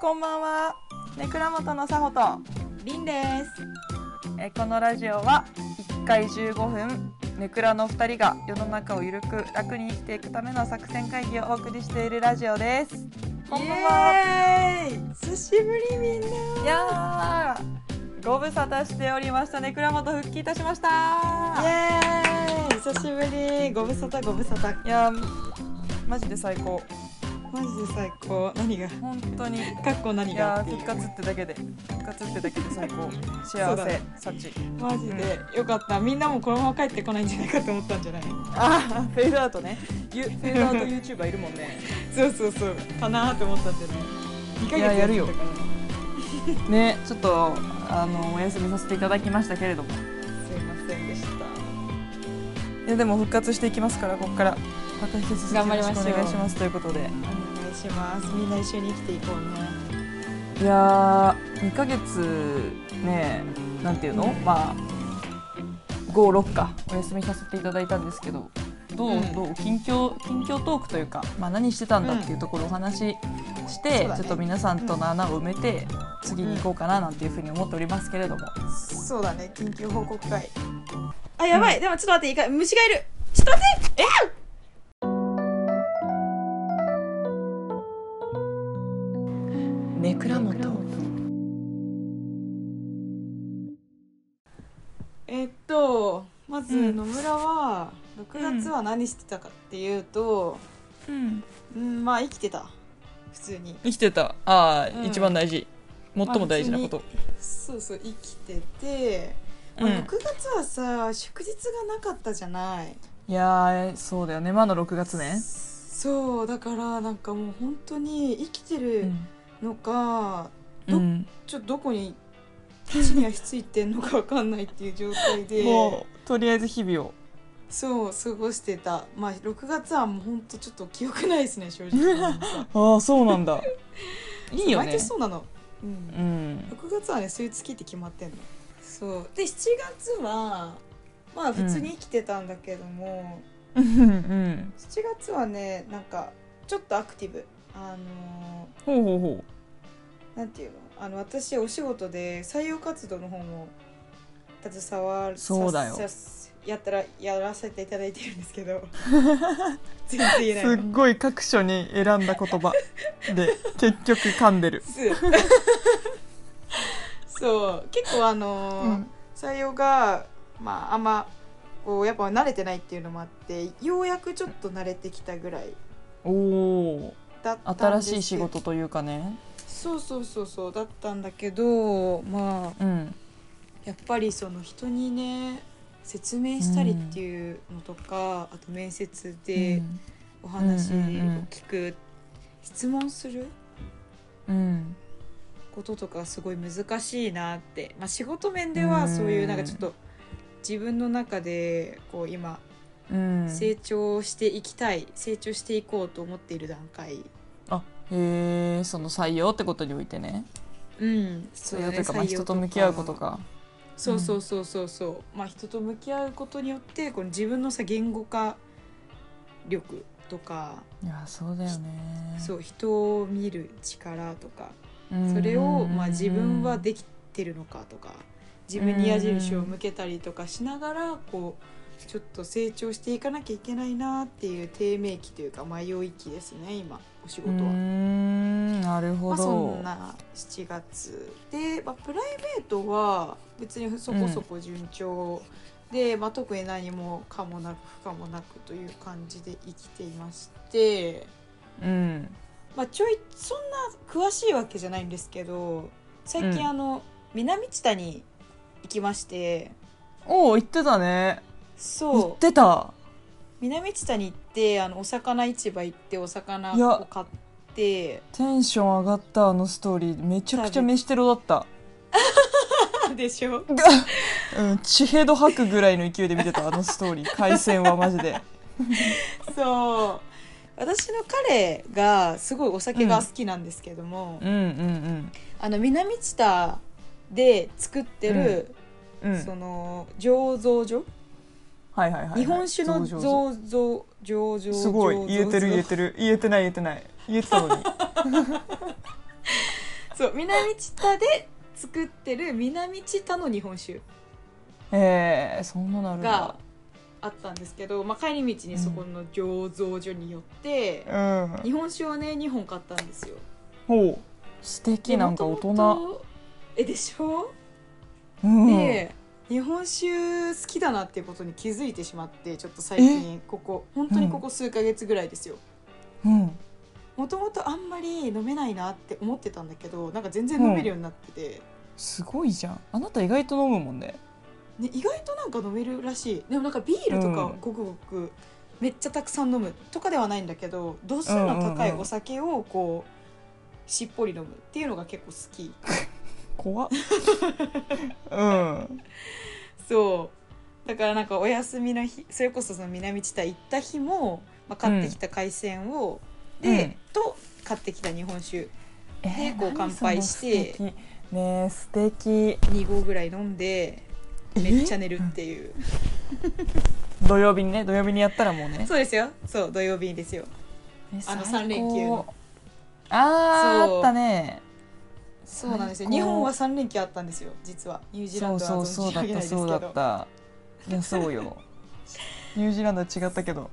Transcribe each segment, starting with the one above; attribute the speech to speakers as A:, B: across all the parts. A: こんばんは。ねくらもとのさほと。
B: りんです。
A: えーこのラジオは1回15分ネクラの2人が世の中をゆるく楽に生きていくための作戦会議をお送りしているラジオですこんばんは
B: は。久しぶりみんな。
A: いやーご無沙汰しておりましたネクラ元復帰いたしました
B: イエーイ。久しぶり。ご無沙汰ご無沙汰。
A: いやーマジで最高
B: マジで最高。何が？
A: 本当にい
B: かっこ何が
A: や
B: っ
A: ー
B: ていう
A: 復。活ってだけで復活ってだけで最 高幸
B: そうだ
A: せ
B: ね
A: 幸
B: マジでよかった。みんなもこのまま帰ってこないんじゃないかと思ったんじゃない？
A: あーフェードアウトねゆフェードアウト YouTuber いるもんね
B: そうそうそう。かなーって思ったんじゃない？二ヶ
A: いや
B: 月
A: やるよ
B: ってたから
A: ねちょっとあのお休みさせていただきましたけれども
B: すいませんでした。
A: いやでも復活していきますからここからまた引き続きよ
B: 頑張り
A: ろ
B: まし
A: し
B: ょ
A: くお
B: う
A: 願いしますということで
B: お願いします。みんな一緒に生きていこうね。
A: いやー2ヶ月ねなんていうの、まあ56かお休みさせていただいたんですけどどう,、
B: うん
A: どう近況近況トークというか、まあ、何してたんだっていうところをお話しして、
B: そうだね
A: ちょっと皆さんとの穴を埋めて、次に行こうかななんていうふうに思っておりますけれども、
B: そうだね。緊急報告会。あやばい。でもちょっと待って。いいか虫がいる。ちょっと待って。えー
A: ネクラモト
B: えっとまず
A: うん
B: 野村は6月は何してたかっていうと、
A: うん
B: うんまあ生きてた普通に
A: 生きてたああ、
B: うん
A: 一番大事最も大事なこと、
B: そうそう生きてて、まあ
A: うん
B: 6月はさ祝日がなかったじゃない
A: いやーそうだよねまだ6月ね、
B: そうだからなんかもう本当に生きて
A: う
B: る
A: ん
B: のか、
A: う
B: ど
A: ん、
B: ちょっとどこに地に足ついてんのかわかんないっていう状態 で
A: もうとりあえず日々を
B: そう過ごしてたまあ6月はもう本当ちょっと記憶ないですね正直
A: ああそうなん だいいよ
B: 毎
A: ね
B: 年そうなの、うん
A: うん
B: 6月はねそういう月って決まってんのそうで7月はまあ普通に生きてたんだけども、
A: うん
B: 7月はねなんかちょっとアクティブあの
A: ほうほうほ
B: ーなんていうのあの私お仕事で採用活動の方も携わる
A: そうだよ
B: ささやったらやらせていただいてるんですけ ど全然言
A: う
B: えないの
A: ごい各所に選んだ言葉 で結局噛んでる
B: すそう結構あのー採用がまああんまこうやっぱ慣れてないっていうのもあってようやくちょっと慣れてきたぐらい
A: おお
B: だったんです
A: 新しい仕事というかね
B: そうそうそうそうだったんだけどまあ
A: うん
B: やっぱりその人にね説明したりっていうのとか、あと面接でお話を
A: うんうんうん
B: 聞く、質問する
A: うん、うん
B: こととかすごい難しいなって、まあ、仕事面ではそういうなんかちょっと自分の中でこう今
A: うん、
B: 成長していきたい成長していこうと思っている段階
A: あへえその採用ってことにおいてね
B: うんそ
A: 採用というか、まあ、
B: 採用
A: 人と向き合うことか
B: そうそうそうそうそうまあ人と向き合うことによってこの自分のさ言語化力とか、
A: いやそうだよね
B: そう人を見る力とか
A: うん
B: それを、まあ、自分はできてるのかとか自分に矢印を向けたりとかしながらこうちょっと成長していかなきゃいけないなっていう低迷期というか迷い期ですね今お仕
A: う
B: 事は。
A: んなるほ
B: まあ、
A: ど、
B: そんな7月で、まあ、プライベートは別にそこそこ順調で、まあ、特に何もかもなく不可もなくという感じで生きていまして、
A: うん
B: まあ、ちょいそんな詳しいわけじゃないんですけど最
A: う
B: 近、
A: ん
B: あの南知多に行きまして
A: おお言ってたね言っ
B: そう
A: てた
B: 南知多に行ってあのお魚市場行ってお魚
A: いや
B: を買って。
A: テンション上がったあのストーリーめちゃくちゃ飯テロだった、
B: でしょ
A: うん、地平度吐くぐらいの勢いで見てたあのストーリ ー海鮮はマジで
B: そう私の彼がすごいお酒が好きなんですけども、
A: うんうん
B: あの南知多で作ってる、
A: うんうん
B: その醸造所、
A: はいはいはい、はい、
B: 日本酒の
A: 造造造
B: 醸造醸造
A: すごい言えてる言えてる言えてない言えてない言えてたのに
B: そう南知多で作ってる南知多の日本酒
A: えー、そんななるん
B: が
A: だ
B: あったんですけど、まあ、帰り道にそこの醸造所によって、
A: うん
B: 日本酒をね2本買ったんですよ。
A: ほう素敵なんか大
B: で
A: 人
B: 元々えでしょ、
A: うん
B: で日本酒好きだなっていうことに気づいてしまってちょっと最近ここ本当にここ数ヶ月ぐらいですよ。
A: うん
B: もともとあんまり飲めないなって思ってたんだけどなんか全然飲めるようになってて、
A: すごいじゃんあなた意外と飲むもんね
B: ね、意外となんか飲めるらしいでもなんかビールとか
A: うん
B: ごくごくめっちゃたくさん飲むとかではないんだけど度数の高いお酒をこうしっぽり飲むっていうのが結構好き
A: 怖っうん
B: そうだからなんかお休みの日それこそその南地帯行った日も、まあ、買ってきた海鮮を、で、
A: うん
B: と買ってきた日本酒
A: え
B: でこう乾杯して
A: 何その素敵ねえ素敵
B: 2合ぐらい飲んでめっちゃ寝るっていう
A: 土曜日にね土曜日にやったらもうね
B: そうですよそう土曜日ですよ
A: え
B: あ
A: 最
B: の
A: 高
B: 三連休の
A: あ
B: そ
A: ー
B: う
A: あったね
B: そうなんですよ
A: 最
B: 日
A: 高
B: 本は3連休あったんですよ実はニュージーランドは
A: そうそうそう
B: 存
A: だっ
B: じ上げ
A: た
B: ないです
A: そ
B: け
A: うだっ
B: ど
A: たいやそう よニュージーランドは違ったけど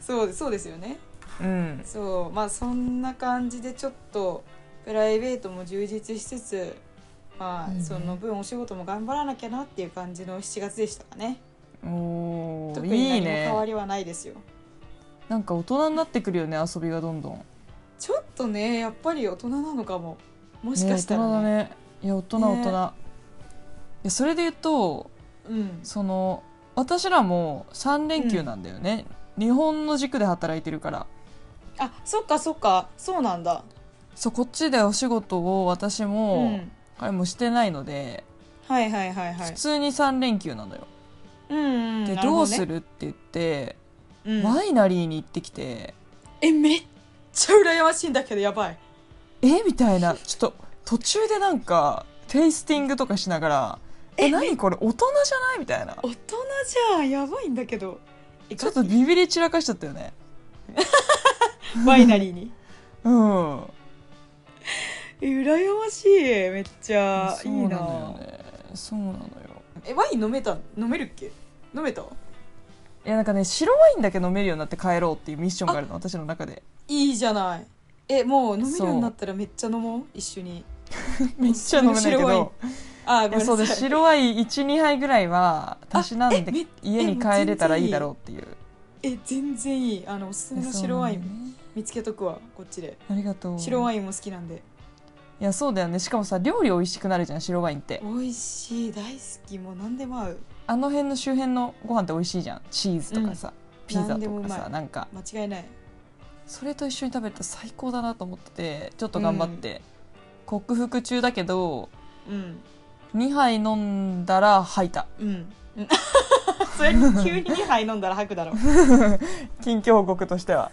B: そうそうですよね
A: うん
B: そうまあそんな感じでちょっとプライベートも充実しつつま
A: いい
B: あ
A: ね
B: その分お仕事も頑張らなきゃなっていう感じの7月でしたかね
A: お
B: 特
A: ー
B: に
A: いい
B: 何も変わ
A: ね
B: りはないですよ
A: なんか大人になってくるよね遊びがどんどん
B: ちょっとねやっぱり大人なのかももしかしたらね
A: ね大人だねいや大人大人、
B: ね
A: いやそれで言うと
B: うん
A: その私らも3連休なんだよね、日本の軸で働いてるから
B: あそっかそっかそうなんだ
A: そうこっちでお仕事を私
B: う
A: も
B: ん
A: 彼もしてないので、
B: はいはいはいはい
A: 普通に3連休なのよ、
B: うんうん
A: で
B: なる
A: ど
B: ほ
A: う
B: ね
A: するって言って、
B: うん
A: ワイナリーに行ってきて
B: えめっちゃ羨ましいんだけどやばい
A: えみたい なちょっと途中でなんかテイスティングとかしながらえ何これ大人じゃないみたいな
B: 大人じゃんやばいんだけどえ
A: ちょっと
B: ガチ
A: ビビり散らかしちゃったよね
B: ワイナリーに
A: うん
B: え羨ましいめっちゃい
A: そう
B: い
A: な
B: な
A: のよねそうなのよ
B: えワイン飲めた飲めるっけ飲めた
A: いやなんかね白ワインだけ飲めるようになって帰ろうっていうミッションがあるの私の中で
B: いいじゃないえもう飲める
A: そう
B: ようになったらめっちゃ飲もう一緒に
A: めっちゃ飲めないけ
B: 白ワイン
A: ど
B: あー
A: いや
B: ごめん
A: そうで
B: な
A: す
B: さい
A: 白ワイン12杯ぐらいはたしなんで
B: あえめ
A: 家に帰れたらいいだろうっていう
B: え全然いいあのおすすめの白ワイ
A: そうな
B: ン
A: のよね
B: 見つけとくわこっちで
A: ありがとう
B: 白
A: イ
B: ワインも好きなんで
A: ンいやそうだよねしかもさ料理美味しくなるじゃん白ワインって
B: 美味しい大好きもう何でも合う
A: あの辺の周辺のご飯って美味しいじゃんチーズとかさ、ピザ
B: なんで
A: と
B: もう
A: か
B: まい
A: さなんか
B: 間違いない
A: それと一緒に食べると最高だなと思っててちょっと頑張って、克服中だけど
B: うん
A: 2杯飲んだら吐いた
B: うん。 それ急に2杯飲んだら吐くだろう。
A: 近況報告として は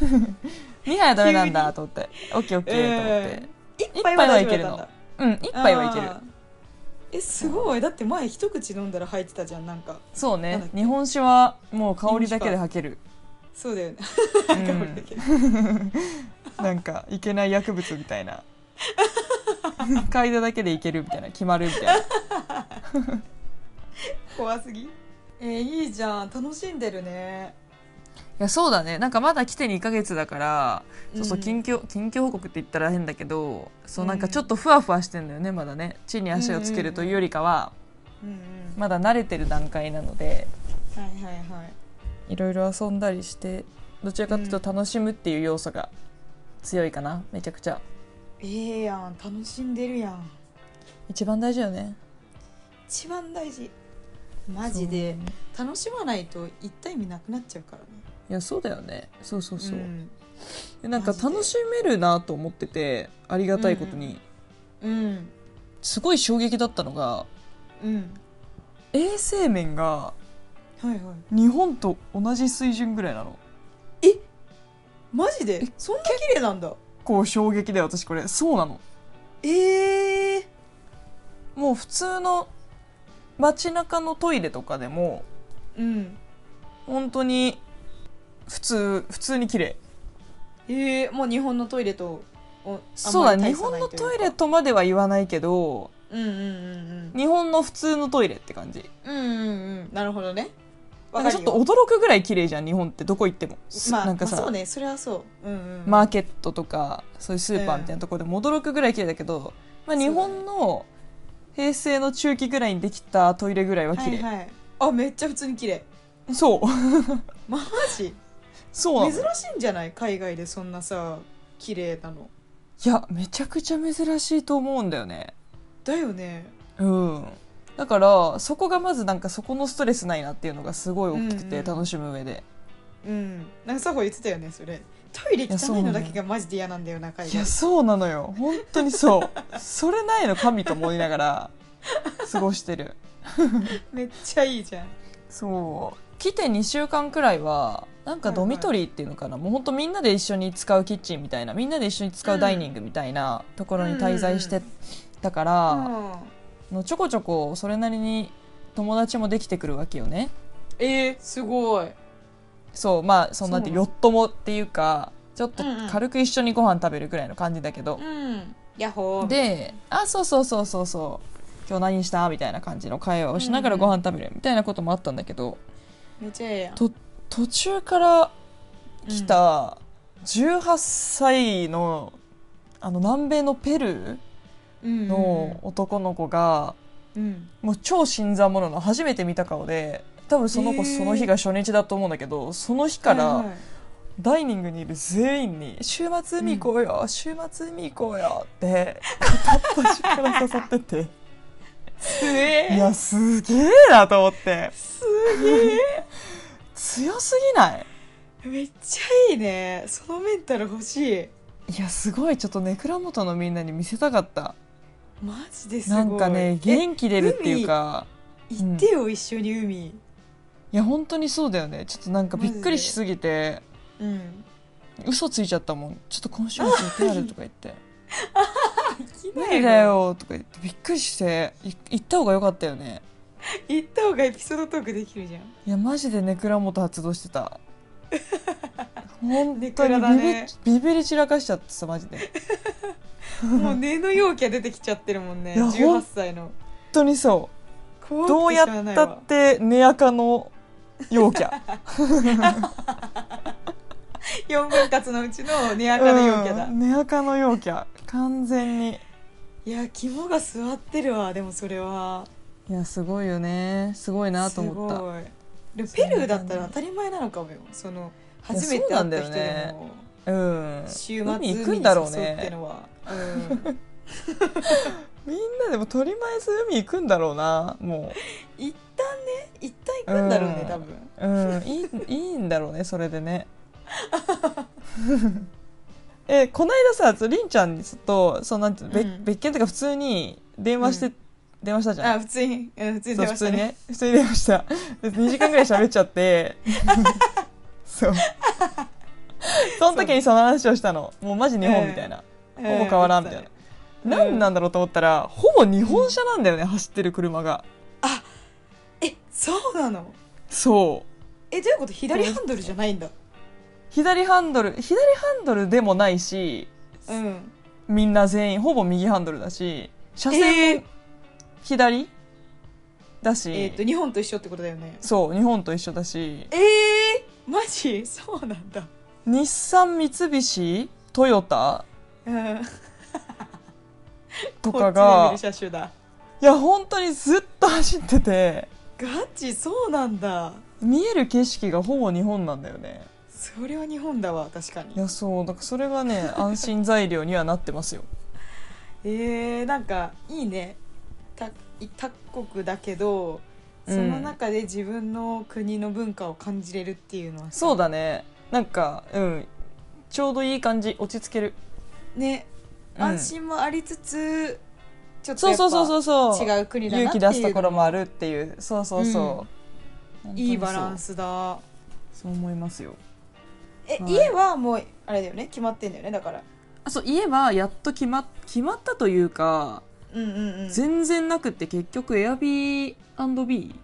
A: 2杯はダメなんだと思 ってオッケーオッケーと思って、
B: 一
A: 杯は大丈夫だったんだうん1杯はいける。
B: え、すごい。だって前一口飲んだら吐いてたじゃん、なんか。
A: そう
B: なん
A: ね
B: だっけ
A: 日本酒はもう香りだけで吐ける、
B: そうだよね。
A: う
B: なんかこれだ
A: ん、
B: け。
A: なんかいけない薬物みたい な嗅いだだけでいけるみたいな決まるみたいな
B: 怖すぎ。えー、いいじゃん。楽しんでるね。
A: いやそうだねなんかまだ来て2ヶ月だから、そうそう
B: うん
A: 近況近況報告って言ったら変だけどそう
B: うん
A: なんかちょっとふわふわしてんだよねまだね地に足をつけるというよりかは、
B: うんうん。
A: まだ慣れてる段階なので
B: はいはいはい。
A: いろいろ遊んだりしてどちらかというと楽しむっていう要素が強いかなめちゃくちゃ
B: ええやん。楽しんでるやん。
A: 一番大事よね
B: 一番大事。マジで。楽しまないと一体意味なくなっちゃうからね。
A: いやそうだよねそうそうそう、
B: ん
A: でなんか
B: マジで
A: 楽しめるなと思っててありがたいことに、
B: うん。
A: すごい衝撃だったのが
B: うん。
A: 衛生面が
B: はいはい。
A: 日本と同じ水準ぐらいなの
B: マジでそんな綺麗なんだ
A: こう衝撃で私これそうなの
B: ええ
A: もう普通の街中のトイレとかでも
B: うん
A: 本当に普通普通に綺麗
B: ええもう日本のトイレとを
A: そうだ
B: あんま
A: 日
B: り大差な
A: 本
B: い
A: の
B: というか
A: トイレとまでは言わないけど
B: うんうんうん
A: 日本の普通のトイレって感じ
B: うんうんうんうんなるほどね
A: な
B: わ
A: んか
B: る
A: ちょ
B: よ
A: っと驚くぐらい綺麗じゃん日本ってどこ行っても、す
B: まあ
A: なんか
B: まあ
A: さ、
B: そうねそれはそううんうん
A: マーケットとかそういうスーパーみたいなところでも驚くぐらい綺麗だけど、まあ、日本の平成の中期ぐらいにできたトイレぐらいは綺麗、
B: はいはいあめっちゃ普通に綺麗
A: そう
B: マジ
A: そうなの
B: 珍しいんじゃない海外でそんなさ綺麗なの
A: いやめちゃくちゃ珍しいと思うんだよね
B: だよね
A: うんだからそこがまずなんかそこのストレスないなっていうのがすごい大きく
B: うんう
A: て
B: ん
A: 楽しむ上で、
B: うんなんかさほ言ってたよねそれトイレ汚いのだけがマジで嫌なんだよな海
A: いや
B: 外
A: そうなのよ本当にそうそれないの神と思いながら過ごしてる
B: めっちゃいいじゃん
A: そう来て2週間くらいはなんか
B: はいは
A: ド
B: い
A: ミトリーっていうのかな、もうほんとみんなで一緒に使うキッチンみたいなみんなで一緒に使うダイニングみたいなところに滞在してたから、
B: うん
A: のちょこちょこそれなりに友達もできてくるわけよね
B: えー、すごい
A: そうまあそんなって
B: そうな
A: よ
B: の
A: っともっていうかちょっと
B: うんうん
A: 軽く一緒にご飯食べるぐらいの感じだけど、
B: うんヤッホー
A: であそうそうそうそうそう今日何したみたいな感じの会話をしながら
B: うんうん
A: ご飯食べるみたいなこともあったんだけど、
B: めっちゃええやん
A: と途中から来た18歳の,、あの南米のペルーの男の子が、
B: うんうん
A: もう超新参者の初めて見た顔で多分その
B: へ
A: 子
B: ー
A: その日が初日だと思うんだけどその日
B: は
A: か
B: い
A: ら
B: はい
A: ダイニングにいる全員に「週末海行こうよ、週末海行こうよ」 って片っ端から誘ってて
B: すえ
A: いやすげえなと思って
B: すげ
A: 強すぎない
B: えめっちゃいいねそのメンタル欲しい
A: いやすごいちょっとね倉本のみんなに見せたかった
B: マジですごい
A: なんかね
B: え
A: 元気出るっていうか
B: 行ってよ、一緒に海
A: いや本当にそうだよねちょっとなんかびっくりしすぎて
B: うん
A: 嘘ついちゃったもんちょっと今週末行ってあるとか言 って
B: 行き
A: 無理だよとか言ってびっくりしてい行った方が良かったよね
B: 行った方がエピソードトークできるじゃ ん
A: いやマジでネクラ元発動して た本
B: ネ
A: 当
B: ク
A: に
B: ラ
A: ビ
B: だ
A: ビ,、
B: ね
A: ビビり散らかしちゃってさマジで
B: もう根の容器が出てきちゃってるもんね
A: いやほん
B: 18歳の
A: 本当にそ
B: 怖
A: うどうや
B: くてしゃあな
A: っ
B: い
A: た
B: わ
A: って寝垢の陽キャ
B: 4分割のうちの 根垢の容器だ、
A: うん寝垢の陽キャ完全に
B: いや肝が座ってるわでもそれはい
A: やすごいよねすごいなと思った
B: すごいでもペルーだったら当たり前なのかもよその初めて会った人
A: いや
B: で
A: そう
B: も
A: うん
B: 週
A: 海行
B: 末海
A: く
B: に
A: んだろう
B: 誘って
A: ね
B: のは、うん、
A: みんなでもとりまえず海行くんだろうなも
B: 一旦ね一旦行くんだろうね、
A: うん
B: 多分
A: ううんいい いいんだろうねそれでね えこないださりんちゃんにちょっとそうなんていうの、べ
B: うん
A: 別件っていうか普通に電話して、
B: うん
A: 電話したじゃん
B: あ普通にうん普通に
A: そう
B: 出
A: 普
B: まし
A: 通
B: た
A: に
B: ね
A: ね普通に電話したで2時間ぐらい喋っちゃって そうその時にその話をしたのもうマジ日本みたいな、
B: ほ
A: ほぼ変わらんみたいな、なんなんだろうと思ったらほぼ日本車なんだよね、走ってる車が
B: えそうなの
A: そう
B: えどういうこと左ハンドルじゃないんだ
A: 左ハンドル左ハンドルでもないし
B: うん
A: みんな全員ほぼ右ハンドルだし車
B: え
A: 線
B: ー
A: も左だし、
B: えっと日本と一緒ってことだよね
A: そう日本と一緒だし
B: えー、マジそうなんだ
A: 日産三菱トヨタ
B: うん
A: とかが
B: こっちで見る車種だ
A: いや本当にずっと走ってて
B: ガチそうなんだ
A: 見える景色がほぼ日本なんだよね
B: それは日本だわ確か
A: い
B: に
A: やそうだからそれが ね安心材料にはなってますよ
B: えー、なんかいいねた他国だけどその中で自分の国の文化を感じれるっていうのは
A: そう
B: だ
A: だねなんかうんちょうどいい感じ落ち着ける、
B: ね
A: うん
B: 安心もありつつちょっと
A: そう
B: やっぱ
A: そうそうそうそう
B: 違う国だな
A: 勇気
B: っていうの
A: 出すところもあるっていうそうそうそう、本当にそう
B: いいバランスだ
A: そう思いますよ
B: え、
A: はい
B: 家はもうあれだよね決まってんだよねだから
A: あそう家はやっと決ま決まったというか、
B: うんうんうん
A: 全然なくって結局エアビー &B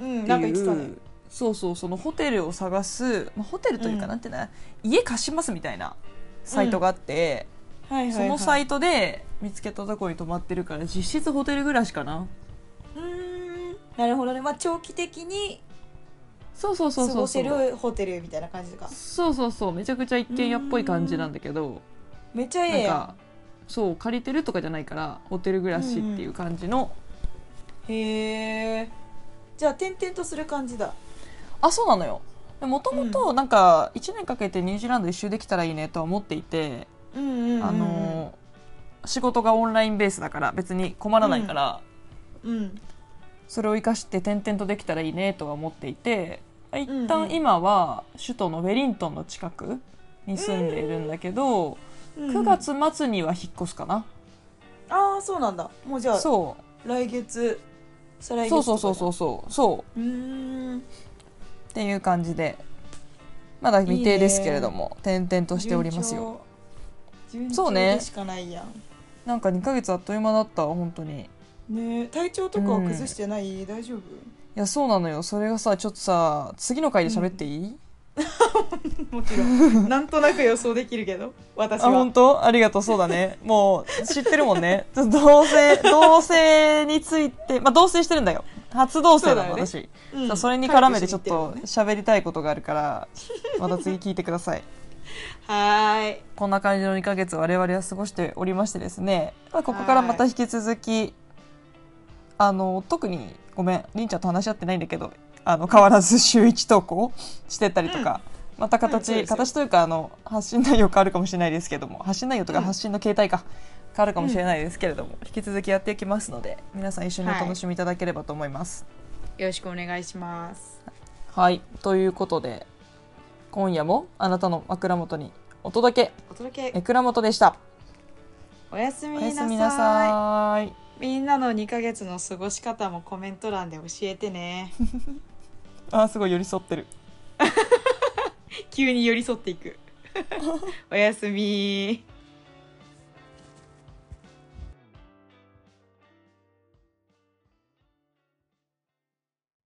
B: うん
A: な
B: なん
A: か言っ
B: んか言ってて
A: た
B: た
A: ね
B: ね
A: そうそうそのホテルを探す、まあ、ホテルというか
B: うん
A: なんていうの、家貸しますみたいなサイトがあって、
B: はいはいはい、
A: そのサイトで見つけたとこに泊まってるから実質ホテル暮らしかな
B: うーんなるほどね、まあ、長期的に
A: そうそうそ
B: 過
A: うそ
B: ご
A: うそ
B: せ
A: う
B: るホテルみたいな感じとか
A: そうそうそうめちゃくちゃ一軒家っぽい感じなんだけど
B: めっちゃ
A: な
B: ええ
A: ん
B: や
A: かそう借りてるとかじゃないからホテル暮らしっていう感じの
B: んへえじゃあ転々とする感じだ
A: あそうなのよもともとなんか1年かけてニュージーランド一周できたらいいねとは思っていて、
B: うんうん
A: あの仕事がオンラインベースだから別に困らないから、
B: うん
A: それを生かして転々とできたらいいねとは思っていて一
B: うんうん
A: 旦今は首都のウェリントンの近くに住んでいるんだけど、
B: うん
A: 9月末には引っ越すかな、
B: ああそうなんだもうじゃあ
A: そ
B: 来月再
A: う
B: 来月
A: そうそうそうそううそうそう
B: うーん
A: っていう感じでまだ未定ですけれども転々としておりますよ
B: 順調順
A: そう
B: 調
A: ね
B: でしかないやん
A: なんか2ヶ月あっという間だったわ本当にい
B: ねえ体調とかは崩してない、大丈夫
A: やそうなのよそれがさちょっとさ次の回で喋っていい、
B: もち ろんなんとなく予想できるけど私
A: あ本当ありがとうそうだね もう知ってるもんねちょっと同棲同棲についてまあ同棲してるんだよ初同棲なの、
B: そうだよね
A: 私、
B: うん
A: さそれに絡めてちょっ
B: 軽く
A: と
B: してみ
A: 喋
B: てるのね
A: りたいことがあるからまた次聞いてください
B: はーい
A: こんな感じの2ヶ月我々は過ごしておりましてですね、まあ、ここからまた引き続きあの特にごめんりんちゃんと話し合ってないんだけどあの変わらず週1投稿してたりとか、また
B: うんそう
A: 形、
B: ですよ
A: 形というかあの発信内容変わるかもしれないですけども発信内容とか
B: うん
A: 発信の形態か変わるかもしれないですけれども、引き続きやっていきますので皆さん一緒にお楽しみいただければと思います。
B: よろしくお願いします
A: はい、ということで今夜もあなたの枕元にお届け
B: お届け
A: えくらもとでした。
B: おやすみ
A: お
B: な
A: やす
B: さ
A: み
B: い
A: なさーい。
B: みんなの2ヶ月の過ごし方もコメント欄で教えてね
A: あーすごい寄り添ってる。
B: 急に寄り添っていくおやすみ